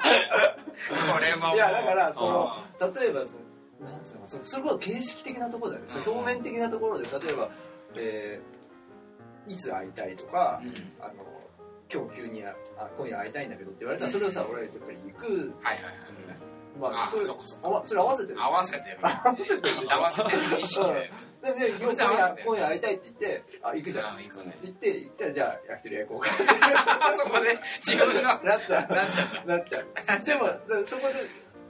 A: これも
C: いやだからその 例えばそのなんつうのそそれこそ形式的なところだよね、その表面的なところで例えば、えーいつ会いたいとか、
A: うん
C: あの今日急にああ今夜会いたいんだけどって言われたらそれをさ俺はやっぱり行く、
A: はいはいはい
C: まあ、
A: あ
C: それ
A: そっかそっ
C: あわそれ合わせてる
A: 合わせてる合わせてる意識で
C: でで今
A: 合わせ
C: 夜
A: てる
C: 今夜会いたいって言ってあ行くじゃん
A: 行くね
C: 行って行ったらじゃあ焼き鳥屋行こうか
A: あそこで自分の
C: なっちゃう
A: なっちゃった
C: なっちゃうでもだからそこで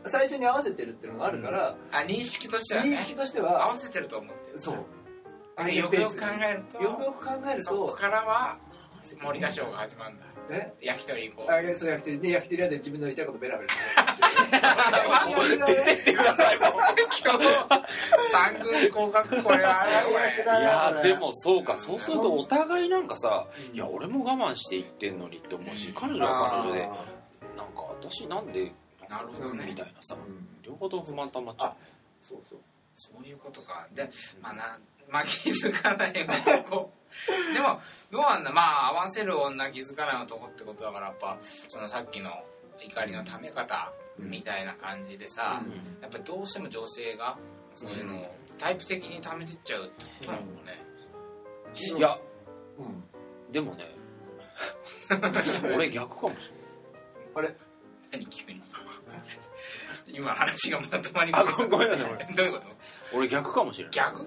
C: 最初に合わせてるっていうのがあるから、
A: あ認識としてはね
C: 認識として
A: 合
C: は
A: わせてると思ってる
C: そう
A: あれよくよく考えると
C: よくよく考える
A: そことからは森田賞が始まるんだ
C: ね
A: 焼き鳥行こう
C: あその焼き鳥で焼き鳥屋で自分の言いたいことベラベラす
A: 出
C: る出てってください
A: 今日三軍降格これはあれだこれ
B: たいやーでもそうかそうするとお互いなんかさいや俺も我慢していってんのにって思うし彼女は彼女でなんか私なんで
A: なるほどね
B: みたいなさ両方とも不満溜まっちゃう
C: そうそう
A: そういうことかでまあなまあ気づかない男でもどうなんだまあ合わせる女気づかない男ってことだからやっぱそのさっきの怒りのため方みたいな感じでさ、
C: うん
A: やっぱりどうしても女性がそういうのをタイプ的に溜めてっちゃうってことなのかね、
B: いや
C: うん
B: でもね俺逆かもし
C: あれ
A: 何急に 今話がまとまり
B: れないあごごめんなさいごめんなさい
A: どういうこと
B: 俺逆かもしれない
A: 逆
B: うん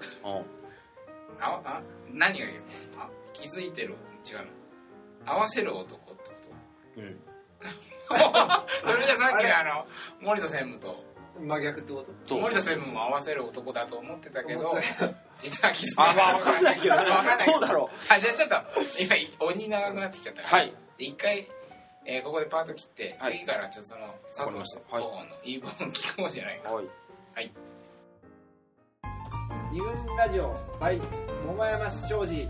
A: ああ何が言うのあ気づいてる違うの合わせる男ってこと
B: うん
A: それじゃさっきのあの森田専務と
C: 真逆ってこと
B: そう
A: 森田専務も合わせる男だと思ってたけど
C: 思って
A: 実は気づ
B: あ
A: か
B: まあ分かんないけどね
A: わかんない
B: どうだろう
A: あじゃあちょっと今鬼長くなってきちゃったから
B: はい
A: で一回、えーここでパート切って、
B: はい
A: 次からちょっとその佐
B: わかりま
A: 藤
B: し
A: さん
B: たはい
A: のいい部分聞こうじゃないか
B: はい
C: 二軍ラジオ by 桃山庄司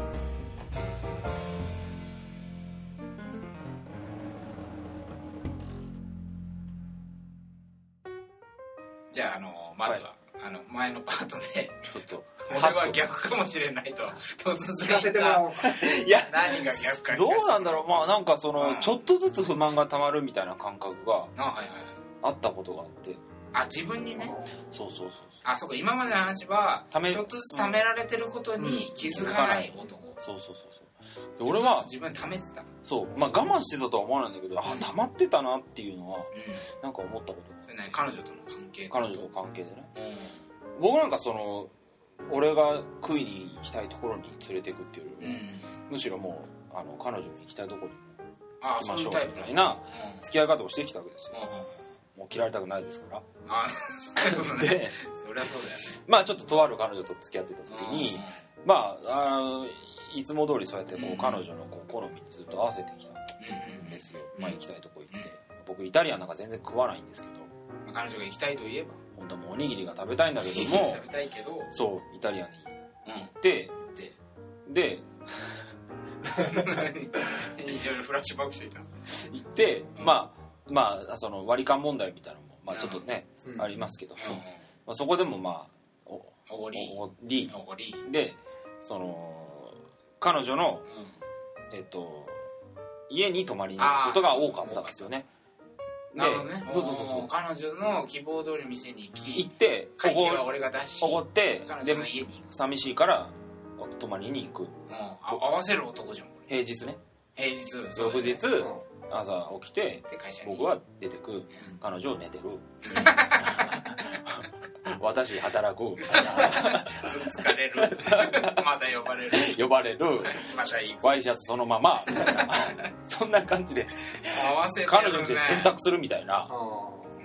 A: じゃああのまずは、あの前のパートで
B: ちょっと
A: 俺は逆かもしれないと突
C: 聞
A: 然
C: かせてもらおうか
B: いや
A: 何が逆か
B: どうなん
A: だ
B: だろうまあなんかその、
A: うん
B: ちょっとずつ不満がたまるみたいな感覚が
A: あはいはいはい
B: あったことがあって
A: あ自分にね
B: そうそうそう
A: あそうか今までの話は
B: ため
A: ちょっとずつ貯められてることに気づかない男
B: そうそうそうそうで俺は
A: ちょっとずつ自分で貯めてた、
B: そうまあ我慢してたとは思わないんだけどあ溜まってたなっていうのは
A: うん
B: なんか思ったこ
A: それ何彼女との関係って
B: と
A: こと
B: 彼女との関係でね
A: うん
B: 僕なんかその俺が食いに行きたいところに連れてくっていうよ
A: う
B: りも、
A: ん
B: むしろもうあの彼女に行きたいところに
A: あ
B: 行き
A: そ
B: ま
A: うい
B: しょ
A: う
B: う
A: タイ
B: み
A: プ
B: た
A: だ
B: い
A: ね
B: な
A: うん
B: 付き合い方をしてきたわけですよ
A: うんうん
B: もう嫌われたくないですか
A: あそういうこと
B: ら
A: ね
B: で
A: そりゃそうだよね
B: まあちょっととある彼女と付き合ってた時に、まあ、あのいつも通りそうやってこ
A: うん
B: う彼女のこう好みにずっと合わせてきたん
A: うんうん
B: ですよ、
A: うん
B: まあ、行きたいとこ行って僕イタリアンなんか全然食わないんですけど
A: うんうん彼女が行きたいと言えば
B: 本当はもうおにぎりが食べたいんだけど も
A: 食べたいけど う
B: そうイタリアンに行
A: ん
B: って
A: で
B: で
A: いろいろフラッシュバックしていた
B: 行って、
A: うん
B: まあまあその割り勘問題みたいなのも、まあ、ちょっとね、
C: うん
B: ありますけど、
A: うん
B: まあ、そこでもまあお
A: おごり
B: おおり
A: おごり
B: でその彼女の
A: うん
B: えっと家に泊まりに行くことが多かったんですよね
A: なるほどね
B: そうそうそうそう
A: おー彼女の希望通り店に行
B: 行
A: き
B: ってお
A: 会計は
B: ご
A: 俺が出し
B: おごって
A: 彼
B: で
A: 女の家に行く
B: 寂しいから泊まりに行く
A: うんあ合わせる男じゃんこれ
B: 平日ね
A: 平日
B: 翌日
A: で
B: 朝起きて
A: 会社に
B: 僕は出てく彼女寝 てる私働く
A: つっつかれるまた呼ばれる
B: 呼呼ばれる
A: またいい
B: ワイシャツそのままみたいなそんな 感じで
A: 合わせて
B: 彼
A: や
B: 女
A: る
B: に
A: ね
B: 洗濯するみたいな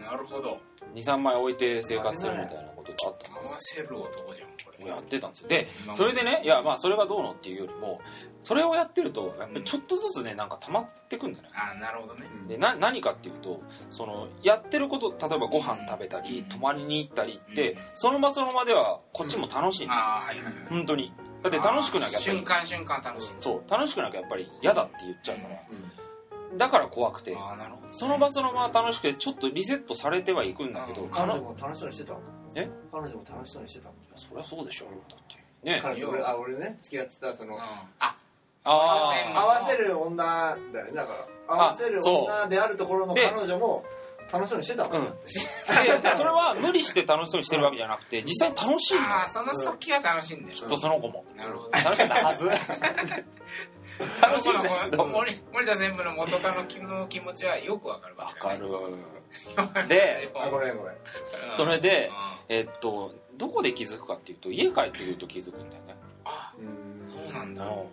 A: なるほど
B: 23枚置いて生活するみたいなことがあったん
A: 合
B: です
A: わせる男じゃんこれ
B: もうやってたんですよでそれでねいやまあそれがどうのっていうよりもそれをやってるとやっぱりちょっとずつねなんか溜まってくんじゃない
A: ああなるほどね
B: でな何かっていうとそのやってること例えばご飯食べたり
A: うん
B: 泊まりに行ったりって、
A: うん
B: その場その場ではこっちも楽しいんですよ、
A: ああはいはいはい
B: 本当にだって楽しくなきゃやっぱり
A: 瞬間瞬間楽しい
B: そう楽しくなきゃやっぱり嫌だって言っちゃうから、
C: うん
B: だから怖くて
A: ああなるほど
B: その場その場は楽しくてちょっとリセットされてはいくんだけど、
A: うん
B: か
C: 彼
B: な
C: 女も楽しそうにしてた
B: え
C: 彼女も楽しそうにしてた
B: そりゃそうでしょだってね
C: 彼女俺あ俺ね付き合ってたそ
A: うん
C: の
A: あ
B: あ
A: せんの
B: あ
C: 合わせる女だよねだから合わせる女であるところの
B: で
C: 彼女も楽しそうにしてたもん
B: うん、でそれは無理して楽しそうにしてるわけじゃなくて実際楽しいの
A: ああその時は楽しいんだよ
B: きっとその子も
A: なるほど
B: 楽しかったはず楽しいんだけ
A: その
B: ど
A: 子の森森田専務の元カノの気持ちはよくわかるわ
B: わ
A: けだ
B: か
A: ね
B: るで
C: あごめんごめん
A: うん
B: それで
A: うん
B: えっとどこで気づくかっていうと家帰ってくると気づくんだよね
A: あ
C: うん
A: そうなんだ
B: う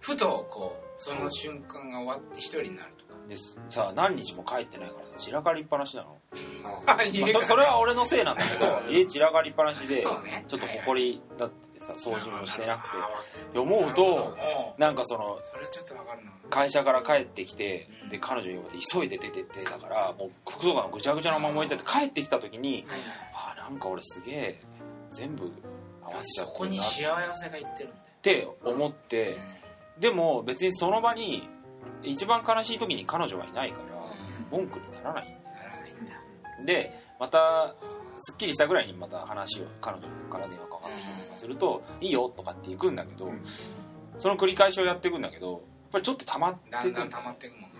A: ふとこうその瞬間が終わって一人になるとか
B: んでさあ何日も帰ってないからさ散らかりっぱなしなの、
C: あ
A: あ
B: まあそそれは俺のせいなんだけど家散らかりっぱなしでちょ
A: そ
B: っ
A: うね
B: と埃だってさ掃除もしてなくてって思
A: 思
B: うとなんかその
A: それちょっとわかるな
B: 会社から帰ってきて
A: うん
B: で彼女に呼ばれて急いで出てってだからもう服とかのぐちゃぐちゃのまま置いてあって帰ってきた時に
A: はいはい
B: あなんか俺すげえ全部合わせちゃ
A: そ
B: っ
A: こ
B: てる
A: に
B: なっ
A: 幸せがいってるんだよ
B: て思ってでも別にその場に一番悲しい時に彼女はいないから
A: う
B: 文句にならない
A: んならないんだ
B: でまたすっきりしたぐらいにまた話を彼女から電話かかってきたりとかすると「いいよ」とかって行くんだけど、
C: うん
B: その繰り返しをやっていくんだけどやっぱりちょっと溜まって
A: だ
B: く
A: んだん溜まってくもん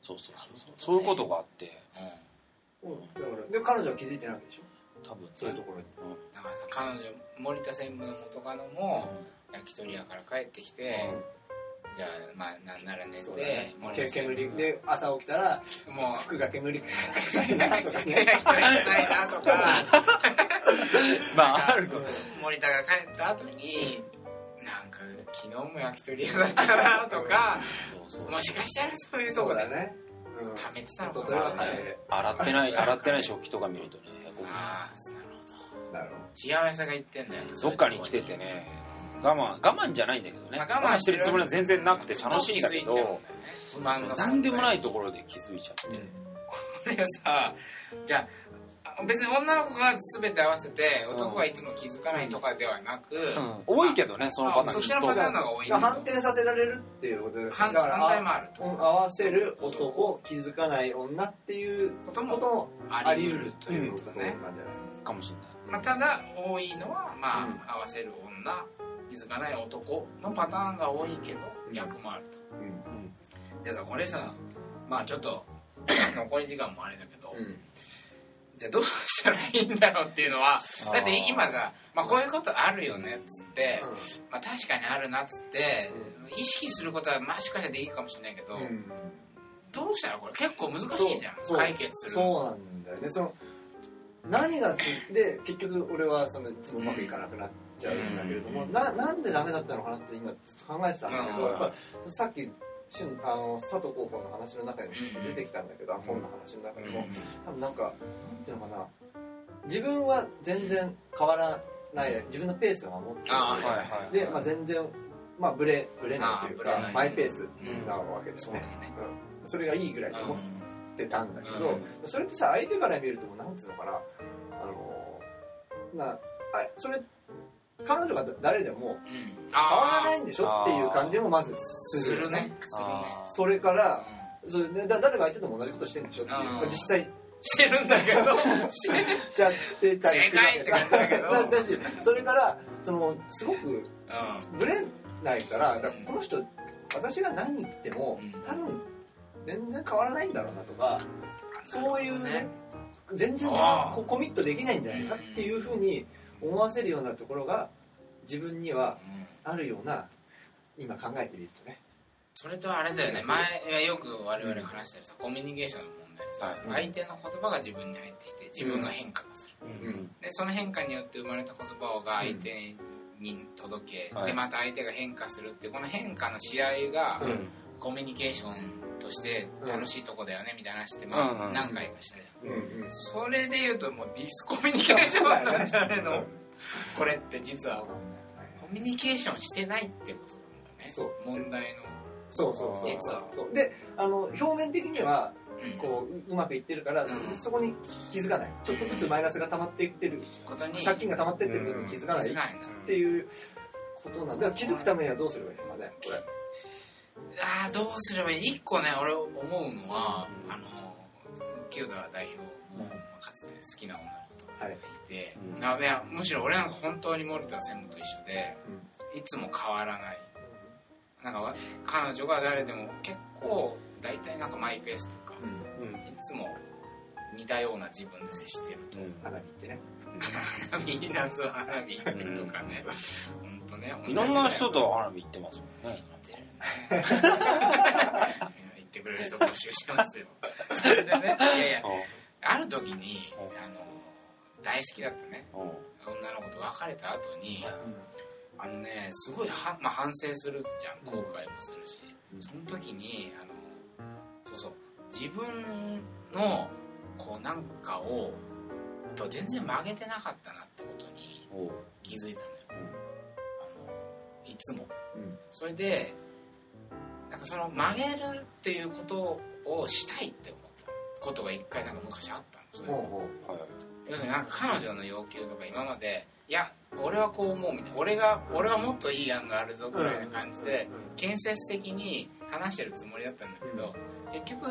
B: そうそうそうそういうことがあって
A: うん
C: うんだからで彼女は気づいてないわけでしょ
B: 多分ね
C: そういうところに
A: だからさ彼女森田専務の元カノも焼き鳥屋から帰ってきてじゃあまあなんなら寝
C: そうだ
A: て
C: ね
A: 森田
C: け
A: 専務
C: 煙で朝起きたら
A: もう
C: 服が煙臭 いなとか
A: 部屋
C: ね
A: 一人したいなとか
B: まあある
A: 森田が帰った後に、なんか昨日も焼き鳥屋だったなとか
B: そうそう
A: もしかしたらそういうと
C: そ
A: こ
C: うだ
A: で
C: ねうん
A: 溜めてたの
C: と
A: か
C: とえ
A: な
C: ば
A: あ
B: まあね洗ってない洗ってない食器とか見るとねへこむ
A: あーなるほど
C: なるほ
A: 幸せが言ってんだよ
B: どっかに来ててね我慢我慢じゃないんだけどね
A: まあ
B: 我慢してるつもりは全然なくて楽しいんだけ
A: ふと気づいちゃうんだよ
B: ど
A: ね不満の存在
B: 何でもないところで気づいちゃ
C: ど
A: これがさじゃあ別に女の子が全て合わせて
B: ん
A: 男がいつも気づかないとかではなく、
B: う、うん、多いけどねそのパターン
A: あそっちのパターンの方が多い
C: だから反転させられるっていうことで
A: 反
C: だか
A: 反対
C: ら
A: もある
C: うん合わせる男気づかない女っていう
A: こ
C: ことと
A: も
C: も
A: あ
C: あ
A: り
C: り
A: 得
C: 得
A: る
C: る
A: と
C: と
A: い
C: いう
A: こ
C: うことと
A: ね
C: ね、
B: かもしれない
A: まあ、ただ多いのは、まあ
C: うん
A: 合わせる女気づかない男のパターンが多いけど
C: うん
A: 逆もあると、
C: うん
A: でさこれさまあちょっ と残り時間もあれだけど、
C: うん
A: じゃあどうしたらいいんだろうっていうのは
B: ー
A: だって今さ、まあ、こういうことあるよねっつって、まあ、確かにあるなっつって意識することはもしかしたらできるかもしれないけど、
C: うん
A: どうしたらこれ結構難しいじゃん
C: そうそう
A: 解決するの
C: そうなんだよねその何がつで結局俺はそのいつもうまくいかなくなっちゃうんだけれど
A: う
C: も、
A: ん
C: ななんでダメだったのかなって今ちょっと考えてたんだけど、
A: うん
C: やっぱさっき俊あの佐藤候補の話の中にも出てきたんだけど、
B: ん
C: 本の話の中
A: う
C: に
A: ん
C: も、多分なんかなんていうのかな自分は全然変わらない自分のペースを守ってる
A: あー
B: はいはいはい
C: で、まあ、全然、まあ、ブレブレないと
A: あー
C: いう
A: ブレ
C: か
A: ない
C: マイペースなわけです
A: そう
C: ね
A: だ、よね
C: うんそれがいいぐらいと思っ
A: うん
C: ってたんだけど、
A: うん
C: それってさ相手から見るともうなんつうのかなあのなあそれ彼女が誰でも
A: うん
C: 変わらな
A: あ
C: いんでしょっていう感じもまず
A: ー
C: す
A: す
C: る
A: るねするね
B: あー
C: それからそれでだ誰が相手でも同じことしてんでしょっていう
A: うん
C: まあ実際
A: してるんだけど
C: しちゃってたりするわけ
A: 正解って感じだけど
C: だ だしそれからそのすごく
A: う
C: ブレないからだからこの人私が何言っても
A: うん
C: 多分全然変わらないんだろうなとか
A: ん
C: そういうね全然
A: あー
C: こコミットできないんじゃないかっていうふうに思わせるようなところが自分には
A: うん
C: あるような今考えてみるとね
A: それとあれだよね前よく我々話したりさコミュニケーションの問題でさ、
C: はい
A: 相手の言葉が自分に入ってきて自分が変化する、
B: うん
A: でその変化によって生まれた言葉が相手にに届け、
B: はい
A: でまた相手が変化するっていうこの変化の試合が
C: う
B: うん
C: ん
A: コミュニケーションとして楽しいとこだよねみたいな話って、
B: うん
A: ま
B: う
A: あ、
B: ん
A: 何回かしたじゃん
C: うんうん
A: それで言うともうディスコミュニケーションなんじゃ ねえのこれって実はコミュニケーションしてないってことなんだね
C: そう
A: 問題の、
C: そうそうそう
A: 実は
C: そうであの表面的には
A: うん
C: こうううまくいってるから、
A: うん
C: そこに気づかないちょっとずつマイナスが溜まっていってる
A: ことに
C: 借金が溜まっていってる分に気づかな
A: 気
C: い
A: づ
C: っ
A: かないんだ
C: ていうことなんだだから気づくためにはどうすればいいのかねこれ
A: ああどうすればいい一個ね俺思うのは、あの清田代表も、まあかつて好きな女の子とかがいて、
B: は
A: あいやむしろ俺なんか本当に森田専務と一緒でいつも変わらないなんかわ彼女が誰でも結構大体なんかマイペースとか、
B: うん
A: いつも似たような自分で接してると
C: 花火ってね
A: 花 火夏の花火とかね、本当ね
B: いろんな人と
A: 同
B: 花火行ってますもんね
A: じぐ らい思ってるね言ってくれる人募集してますよそれでねいやいやある時に
B: はい
A: あの大好きだったね
B: うん
A: 女の子と別れた後に
B: はい
A: あのねすごいは、まあ、反省するじゃん後悔もするし、
B: うん
A: その時にあのそうそう自分のこうなんかをやっぱ全然曲げてなかったなってことに
B: おう
A: 気づいたのよ、あのいつも
C: うん
A: それでなんかその曲げるっていうことをしたいって思ったことが一回なんか昔あったのそれで
C: ほうほ
B: はい
A: 要するになんか彼女の要求とか今までいや俺はこう思うみたいな俺が俺はもっといい案があるぞ
C: う
A: ぐらいな感じで
C: うん
A: 建設的に話してるつもりだったんだけど結局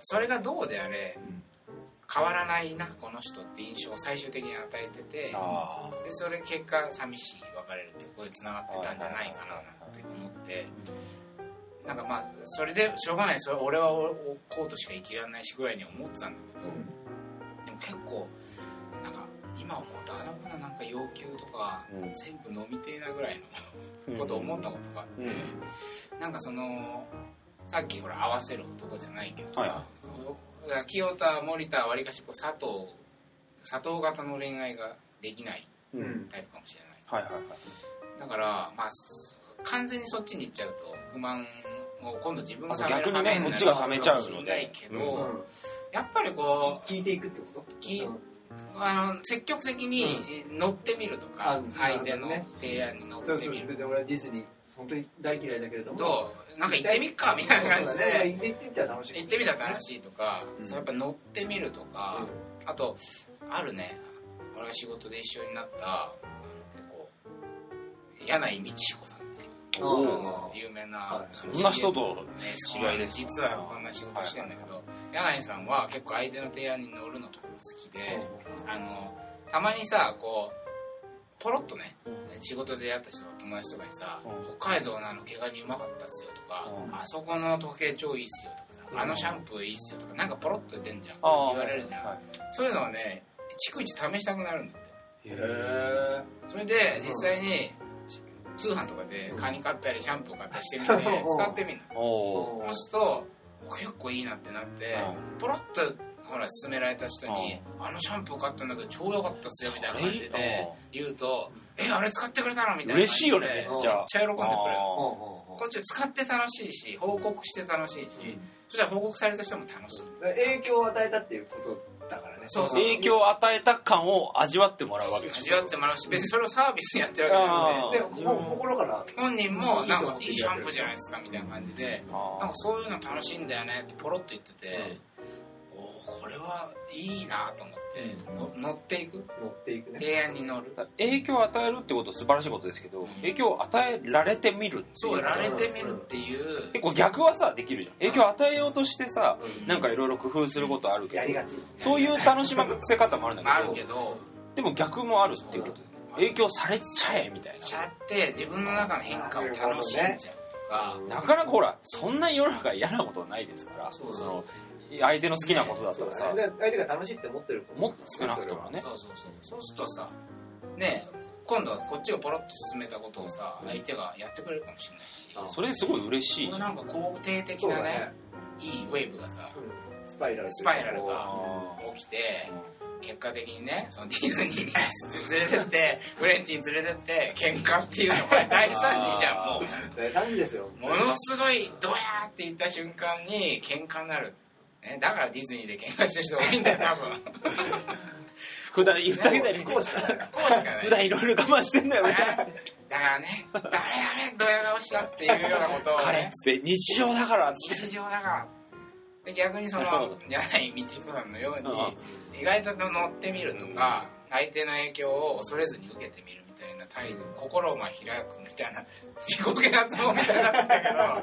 A: それがどうであれ変わらないなこの人って印象を最終的に与えてて
B: あ
A: でそれ結果寂しい別れるってこういうつながってたんじゃないかななんて思ってなんかまあそれでしょうがないそれ俺はこうとしか生きられないしぐらいに思ってたんだけど、でも結構なんか今思うとあの子のなんか要求とか
B: うん
A: 全部飲みてえなぐらい
B: うん
A: のことを思ったことがあって、なんかそのさっきほら合わせる男じゃないけどさ、
B: はいは
A: だから清田森田はわりかしこう佐藤佐藤型の恋愛ができない
B: うん
C: うん
A: タイプかもしれない
B: はいはいはい
A: だからまあそ完全にそっちに行っちゃうと不満を今度自分が
B: あと
A: 冷める
B: 逆にね
A: 羽目
B: こっちが溜めちゃうの
A: か
B: で
A: もしれないけど、
C: うん
A: やっぱりこう
C: 聞いていくってこと
A: 聞いあの積極的に乗ってみるとか、
C: あそう
A: 相手の
C: なるほ
A: 提案に乗っ
C: そう
A: て
C: そう
A: みる
C: 別に俺はディズニー本当に大嫌いだけれども
A: となんか行ってみっかみたいな感じ
C: そうだね
A: で
C: 行って行ってみたら楽しい
A: 行ってみたら楽しいとか、
C: うん
A: そうやっぱ乗ってみるとか、あとあるね俺が仕事で一緒になったあの結構柳井道彦さんっていう
C: うん
A: あ
B: おう
A: の有名な
C: は、い
A: その
B: そんな人と
A: ね
B: 知り合いです
A: 実はこんな仕事してんだけど、柳井さんは結構相手の提案に乗るのとかも好きで。あのたまにさこうポロッとね仕事で出会った人の友達とかにさ
B: うん
A: 「北海道のあの毛ガニうまかったっすよ」とか「
B: うん
A: あそこの時計超いいっすよ」とかさ
B: う
A: 「
B: ん
A: あのシャンプーいいっすよ」とかなんかポロッと出んじゃん言
B: あー
A: われるじゃん、
B: は
A: そういうのをね逐一試したくなるんだって
B: いへ
C: へ
B: え
C: え
A: それで実際にし通販とかでカニ買ったりシャンプー買ったりしてみ て
C: うん
A: 使ってみる
B: お
A: の
B: お
A: そうすると結構いいなってなってポロッとほら勧められた人に「あのシャンプー買ったんだけど超良かったっすよ」みたいな感じで言うと「えあれ使ってくれたの?」みたいな
B: 嬉しいよねめ
A: めっ
B: っち
A: め
B: ゃ
A: っちゃ喜んでくれる
B: あー
A: こっち使って楽しいし報告して楽しいし、そしたら報告された人も楽しい
C: 影響を与えたっていうことだからね
A: そうそう
B: 影響を与えた感を味わってもらうわけでしょ
A: 味わってもらうし別にそれをサービスにやってるわけじゃなくて
C: でもう心から
A: 本人もなんかいいシャンプーじゃないですかみたいな感じでなん
B: あ
A: かそういうの楽しいんだよねってポロッと言ってて、おーこれはいいなと思って、の乗っていく
C: 乗っていくね
A: 提案に乗る
B: ー影響を与えるってことは素晴らしいことですけど影響を与えられてみるってい
A: そうやられてみるっていう
B: 結構逆はさできるじゃん影響を与えようとしてさ
C: うん
B: なんかいろいろ工夫することあるけ
C: やり
B: ど
C: がち
B: そういう楽しませ方もあるん
A: まああ
B: だ
A: る
B: け
A: け
B: ど
A: ど
B: でも逆もあるっていうことで影響されちゃえみたい
A: ちゃって自分の中の変化を楽しんじゃうとか、
B: ななかなかほらそんな世の中嫌なことはないですから
A: そうそう
B: その相手の好きなことだった
C: そう
B: ら
C: だ
B: さ
C: ねだから相手が楽しいって思ってること
B: もっと少なくともね
A: そうそうそうそうするとさねえ今度はこっちがポロッと進めたことをさ相手がやってくれるかもしれないし、
C: あ
B: それすごい嬉しい
A: こ
B: じゃ
A: の
B: ん
A: なんか肯定的
C: そう
A: な
C: だ
A: ね
C: ね
A: いいウェーブがさ
C: うんスパイラル
A: スパイラル
C: が
A: が起きて結果的にねそのディズニーに連れてってフレンチに連れてって喧嘩っていうのこれ大惨事じゃんも う
C: 大惨事ですよ
A: ものすごいドヤーって言った瞬間に喧嘩になる、ね、だからディズニーで喧嘩してる人多いんだよ多分
B: 普段言ったけだよ
C: 不幸しかない
A: こうしかない
B: 普段いろいろ我慢してんだよ
A: だからねダメダメドヤ顔しちゃっていうようなことを、
B: 彼っ
A: ね、
B: つって日常だからっつって
A: 日常だからで逆にその
B: なるほど
A: 柳井道彦さんのように意外と乗ってみるとか、相手の影響を恐れずに受けてみるみたいな態度、心をまあ開くみたいな 自己啓発本みたいになってたけど あの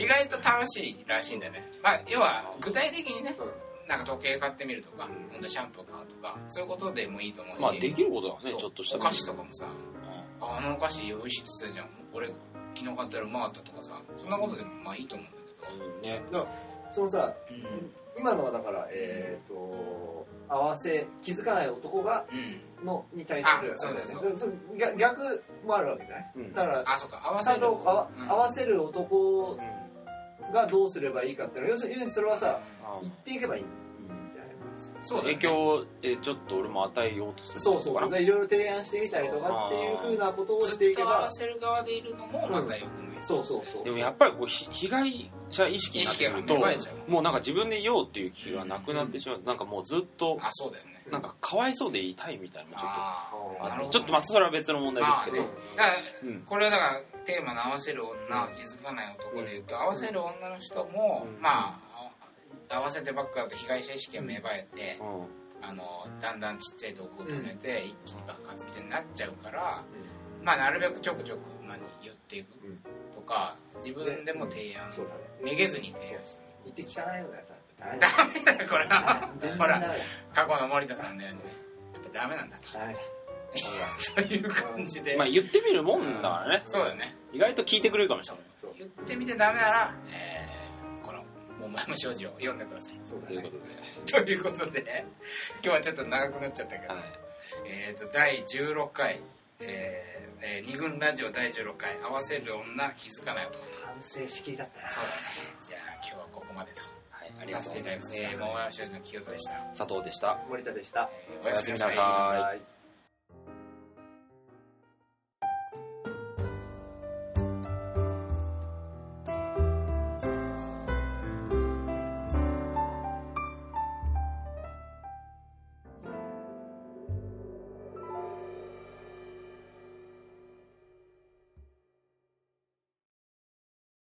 A: 意外と楽しいらしいんだよね、まあ、要は具体的にねなんか時計買ってみるとか、ほんとシャンプー買うとかそういうことでもいいと思うし、
B: まあできることはね
A: そう
B: ちょっとした
A: お菓子とかもさああのお菓子美味しいって言ってたじゃん俺昨日買ったらうまかったとかさそんなことでもまあいいと思うんだ
B: うんね
C: そのさ
A: けどうん
C: 今のはだからえっ、と合わせ気づかない男が
A: うん
C: のに対する
A: あそうです
C: あれだよねそ逆逆もあるわけじゃない
B: うん
C: だから
A: あそうか合わ
C: ち
A: せ
C: ゃん
A: る
C: と合わ
A: うん
C: 合わせる男
B: うん
C: がどうすればいいかっていうのは要するにそれはさ
B: あ
C: 言っていけばいいんじゃない
A: そうだ、ね、
B: 影響をえちょっと俺も与えようとする
C: そうそう
B: か
C: そ
B: な
C: うでいろいろ提案してみたりとかっていうふうなことをしていけ
A: ずっと合
C: ば
A: わせる側でいるのもまたよくない、
C: そうそうそう
B: でもやっぱりこうひ被害者意識
A: 意
B: になって
A: 識
B: く
A: が
B: る
A: 芽生え
B: と
A: ちゃう
B: もうなんか自分で言おうっていう気がなくなってしまう、なんかもうずっと
A: あそうだよね
B: なんかかわいそうでいたいみたいなのもちょっと
A: あ
B: あ
A: あなる
B: って
A: ほど
B: ちょっとまたそれは別の問題ですけど、
A: まあねだから
B: うん
A: これはだからテーマの合わせる女を気づかない男でいうと合わせる女の人も、
B: うん
A: まあ合わせてばっかだと被害者意識が芽生えて、あのだんだんちっちゃい毒を溜めて、一気に爆発みたいになっちゃうから、まあなるべくちょくちょく、まあ、言っていく
B: うん
A: とか自分でも提案、
C: そうだね
A: めげずに提案して
C: 言って聞かないようなやつはダメ
A: ダ
C: だ
A: メだ よこれは
C: 全然
A: ほ
C: ダメ
A: ら
C: だ
A: 過去の森田さんのようにねやっぱダメなんだと
C: ダメだ
A: という感じで、
B: まあ言ってみるもんだからね、
A: そうだね
B: 意外と聞いてくれるかもしれ
A: そう
B: ない
C: そう
A: 言ってみてダメなら、えーこの「お前も障子」を読んでください
C: そうだ
B: というこ
C: ね
B: とで、
A: ということで今日はちょっと長くなっちゃったけど、
B: はい
A: えー、と第16回、えーえー二軍ラジオ第16回「合わせる女気づかない男」とそう
C: 反省しきりだったな
A: だねじゃあ今日はここまでと
B: はい、ありが
A: さ
B: と
A: せ
B: う
A: て
B: ご
A: い
B: ざ
A: ただ
B: い
A: き
B: ま
A: ます桃山
B: した
A: 商事の清田でした、
B: 佐藤でした
A: えー
B: おやすみなさい
C: はい